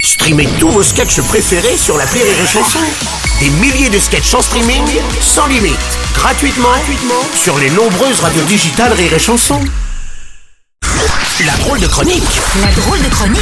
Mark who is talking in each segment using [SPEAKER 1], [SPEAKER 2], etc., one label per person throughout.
[SPEAKER 1] Streamez tous vos sketchs préférés sur la Rire et Chanson. Des milliers de sketchs en streaming, sans limite, gratuitement, gratuitement sur les nombreuses radios digitales Rire et Chanson. La drôle de chronique
[SPEAKER 2] La drôle de chronique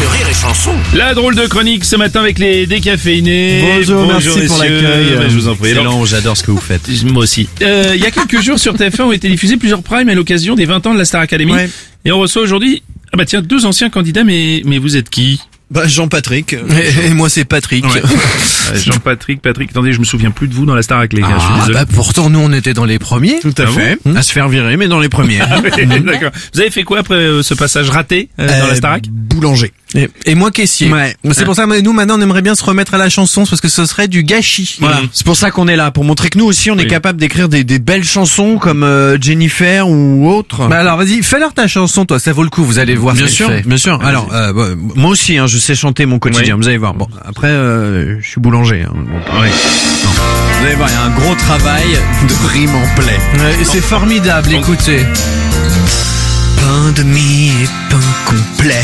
[SPEAKER 1] de Rire et Chanson.
[SPEAKER 3] La drôle de chronique ce matin avec les décaféinés.
[SPEAKER 4] Bonjour, merci pour
[SPEAKER 3] messieurs.
[SPEAKER 4] l'accueil.
[SPEAKER 3] Ben, Je vous en prie.
[SPEAKER 4] C'est
[SPEAKER 3] Alors,
[SPEAKER 4] long, j'adore ce que vous faites.
[SPEAKER 3] moi aussi. Euh, il y a quelques jours sur TF1 ont été diffusés plusieurs primes à l'occasion des 20 ans de la Star Academy.
[SPEAKER 4] Ouais.
[SPEAKER 3] Et on reçoit aujourd'hui, ah bah tiens, deux anciens candidats, mais, mais vous êtes qui
[SPEAKER 4] Bah, Jean-Patrick. Et, moi, c'est Patrick.
[SPEAKER 3] Euh, Jean-Patrick, Patrick, attendez, je me souviens plus de vous dans la Star Academy. je suis
[SPEAKER 5] Ah,
[SPEAKER 3] désolé.
[SPEAKER 5] bah pourtant nous on était dans les premiers.
[SPEAKER 4] Tout à
[SPEAKER 3] Ah
[SPEAKER 4] fait.
[SPEAKER 5] À se faire virer, mais dans les premiers.
[SPEAKER 3] Oui, D'accord. Vous avez fait quoi après euh, ce passage raté euh, dans la Starac
[SPEAKER 4] Boulanger.
[SPEAKER 5] et, et moi caissier.
[SPEAKER 4] Ouais.
[SPEAKER 5] C'est pour ça que nous maintenant on aimerait bien se remettre à la chanson parce que ce serait du gâchis. Mm.
[SPEAKER 3] Voilà.
[SPEAKER 5] C'est pour ça qu'on est là, pour montrer que nous aussi on
[SPEAKER 3] Oui.
[SPEAKER 5] est capable d'écrire des, des belles chansons comme euh, Jennifer ou autre.
[SPEAKER 4] Bah alors, vas-y, fais-leur ta chanson, toi, ça vaut le coup, vous allez voir.
[SPEAKER 5] Bien sûr, bien sûr. Alors, euh, bah, moi aussi, hein, je sais chanter mon quotidien, vous allez voir. Bon, après, euh, je suis boulanger. hein, donc. Vous allez voir, il y a un gros travail de rime en plaie.
[SPEAKER 4] c'est formidable, écoutez.
[SPEAKER 5] Pain demi et pain complet.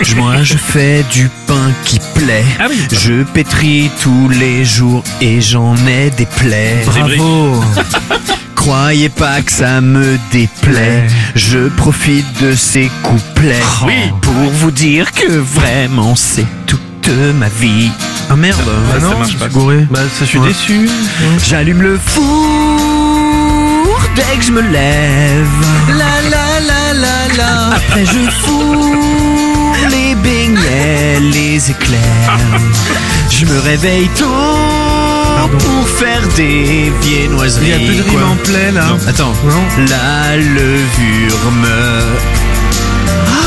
[SPEAKER 5] Je- Moi je fais du pain qui plaît.
[SPEAKER 3] Ah oui.
[SPEAKER 5] Je pétris tous les jours et j'en ai des plaies.
[SPEAKER 3] Bravo.
[SPEAKER 5] Croyez pas que ça me déplaît. Je profite de ces couplets
[SPEAKER 3] Oui.
[SPEAKER 5] pour vous dire que vraiment c'est toute ma vie. Ah merde,
[SPEAKER 3] Ah, ça marche pas.
[SPEAKER 5] bah, ça, je suis déçu. J'allume le four dès que je me lève. La la la la la. Après, je fous les beignets, les éclairs. Je me réveille tôt pour faire des viennoiseries.
[SPEAKER 4] Il y a plus de rime
[SPEAKER 5] quoi.
[SPEAKER 4] en plaie, là.
[SPEAKER 5] Attends. La levure me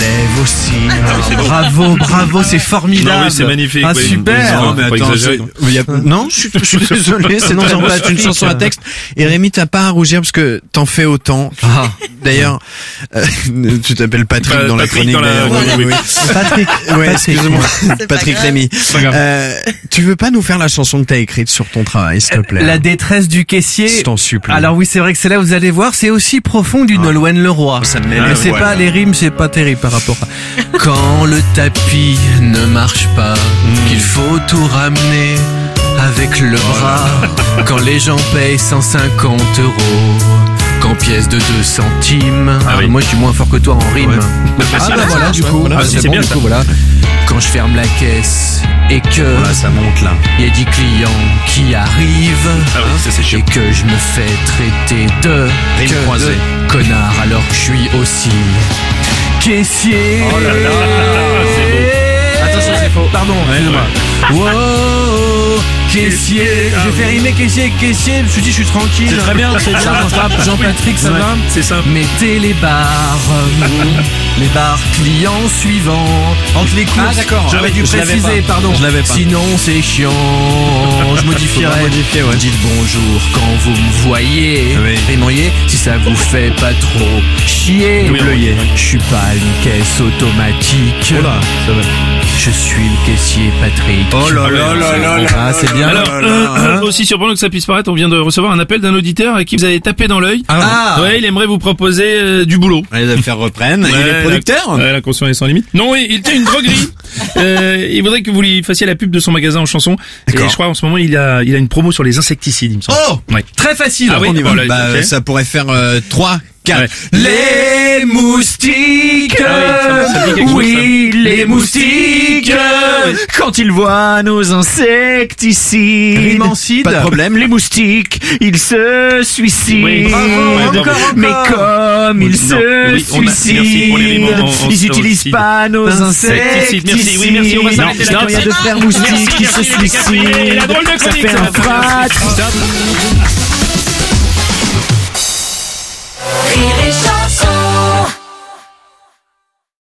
[SPEAKER 5] lève aussi.
[SPEAKER 4] Ah, Bravo, bravo, c'est formidable.
[SPEAKER 3] Non, oui, c'est magnifique,
[SPEAKER 4] Ah,
[SPEAKER 3] oui.
[SPEAKER 4] super.
[SPEAKER 3] Non, mais attends, c'est-
[SPEAKER 5] Non, je suis, je suis désolé, c'est non sympa, c'est une chanson à texte. Et Rémi, t'as pas à rougir parce que t'en fais autant. D'ailleurs, euh, tu t'appelles Bah, Patrick
[SPEAKER 3] Euh,
[SPEAKER 5] dans la
[SPEAKER 3] Patrick
[SPEAKER 5] chronique.
[SPEAKER 3] dans la-
[SPEAKER 5] d'ailleurs.
[SPEAKER 3] oui, oui, oui.
[SPEAKER 5] Patrick, ouais, excuse-moi, Patrick Rémi.
[SPEAKER 3] pas grave.
[SPEAKER 5] Euh, tu veux pas nous faire la chanson que t'as écrite sur ton travail, s'il te plaît Hein,
[SPEAKER 4] La détresse du
[SPEAKER 5] Je
[SPEAKER 4] caissier.
[SPEAKER 5] t'en supplie.
[SPEAKER 4] Alors oui, c'est vrai que c'est là vous allez voir, c'est aussi profond du Nolwenn Leroy.
[SPEAKER 5] Ça me met
[SPEAKER 4] Mais
[SPEAKER 5] les
[SPEAKER 4] c'est
[SPEAKER 5] voiles.
[SPEAKER 4] pas les rimes, c'est pas terrible par rapport à. Quand le tapis ne marche pas, qu'il faut tout ramener avec le bras. Quand les gens payent 150 euros, qu'en pièces de 2 centimes. Ah,
[SPEAKER 3] oui.
[SPEAKER 4] Moi, je suis moins fort que toi en rime. Ah bah voilà, du coup,
[SPEAKER 3] Ah,
[SPEAKER 4] Ah,
[SPEAKER 3] si,
[SPEAKER 4] c'est
[SPEAKER 3] c'est
[SPEAKER 4] bon,
[SPEAKER 3] bien,
[SPEAKER 4] du
[SPEAKER 3] ça.
[SPEAKER 4] coup, voilà. Quand je ferme la caisse et que
[SPEAKER 5] Ah, ça monte là.
[SPEAKER 4] il y a 10 clients qui arrivent.
[SPEAKER 3] Ah oui, ça c'est
[SPEAKER 4] Et
[SPEAKER 3] chiant.
[SPEAKER 4] que je me fais traiter de,
[SPEAKER 5] Rime
[SPEAKER 4] que
[SPEAKER 5] croisée.
[SPEAKER 4] de connard alors que je suis aussi caissier.
[SPEAKER 3] Oh là là, c'est
[SPEAKER 4] Attention, c'est faux. Pardon, excusez-moi. Wow, caissier.
[SPEAKER 3] Ah
[SPEAKER 4] J'ai fait rimer caissier, caissier. Je me suis dit, je suis tranquille.
[SPEAKER 3] C'est très bien, c'est bien.
[SPEAKER 4] Ça rattrape. Jean-Patrick, ça
[SPEAKER 3] Ouais,
[SPEAKER 4] va
[SPEAKER 3] C'est simple.
[SPEAKER 4] Mettez les barres, les barres clients suivants. Entre les courses,
[SPEAKER 5] Ah, d'accord.
[SPEAKER 4] j'aurais
[SPEAKER 5] Ah oui,
[SPEAKER 4] dû
[SPEAKER 5] je l'avais
[SPEAKER 4] préciser,
[SPEAKER 5] pas.
[SPEAKER 4] pardon.
[SPEAKER 5] Je l'avais pas.
[SPEAKER 4] Sinon, c'est chiant. Je modifierai.
[SPEAKER 5] Faudra modifier, ouais.
[SPEAKER 4] Dites bonjour quand vous me voyez.
[SPEAKER 5] Oui.
[SPEAKER 4] Pénoyer, si ça vous fait pas trop chier.
[SPEAKER 3] Oui,
[SPEAKER 4] Bleuyer. Je suis pas une caisse automatique. Je suis le caissier Patrick.
[SPEAKER 5] Oh là là là là là.
[SPEAKER 4] Ah, c'est bien.
[SPEAKER 3] Alors,
[SPEAKER 5] hein,
[SPEAKER 3] euh, aussi surprenant que ça puisse paraître, on vient de recevoir un appel d'un auditeur à qui vous avez tapé dans l'œil.
[SPEAKER 5] Ah.
[SPEAKER 3] Ouais, il aimerait vous proposer euh, du boulot.
[SPEAKER 5] Les affaires reprennent.
[SPEAKER 3] Ouais,
[SPEAKER 5] Il est producteur
[SPEAKER 3] la, ouais, la conscience est sans limite. Non, il, il tient une droguerie. Euh, il voudrait que vous lui fassiez la pub de son magasin en chansons. Et
[SPEAKER 5] D'accord.
[SPEAKER 3] je crois en ce moment il a, il a une promo sur les insecticides, il me semble.
[SPEAKER 5] Oh
[SPEAKER 3] Ouais.
[SPEAKER 4] Très facile.
[SPEAKER 3] Ah oui,
[SPEAKER 4] On y va.
[SPEAKER 3] voilà,
[SPEAKER 5] Bah,
[SPEAKER 3] ok.
[SPEAKER 5] ça pourrait faire euh, 3, 4.
[SPEAKER 3] Ouais.
[SPEAKER 4] Les moustiques,
[SPEAKER 3] Ah oui, ça- ça dit quelque
[SPEAKER 4] oui, les moustiques,
[SPEAKER 5] Quand ils voient nos insecticides,
[SPEAKER 4] Rimancide.
[SPEAKER 5] pas de problème, les moustiques, ils se suicident.
[SPEAKER 3] Oui. Bravo,
[SPEAKER 5] Ouais,
[SPEAKER 3] encore,
[SPEAKER 5] bravo.
[SPEAKER 3] encore.
[SPEAKER 5] Mais comme
[SPEAKER 3] Oui,
[SPEAKER 5] ils
[SPEAKER 3] non,
[SPEAKER 5] se
[SPEAKER 3] oui, on a- merci
[SPEAKER 5] suicident,
[SPEAKER 3] pour les rimes en- en-
[SPEAKER 5] ils
[SPEAKER 3] en-
[SPEAKER 5] n'utilisent
[SPEAKER 3] en-
[SPEAKER 5] pas nos
[SPEAKER 3] Insecticides,
[SPEAKER 5] insecticides.
[SPEAKER 3] merci, oui, merci, on va s'arrêter
[SPEAKER 5] Non,
[SPEAKER 3] là.
[SPEAKER 5] quand il y a de frères
[SPEAKER 3] Merci,
[SPEAKER 5] moustiques qui
[SPEAKER 3] merci,
[SPEAKER 5] se
[SPEAKER 3] les gars,
[SPEAKER 5] suicident,
[SPEAKER 3] la drôle de
[SPEAKER 5] ça
[SPEAKER 3] chronique,
[SPEAKER 5] fait
[SPEAKER 3] ça
[SPEAKER 5] un
[SPEAKER 3] va faire.
[SPEAKER 5] frat.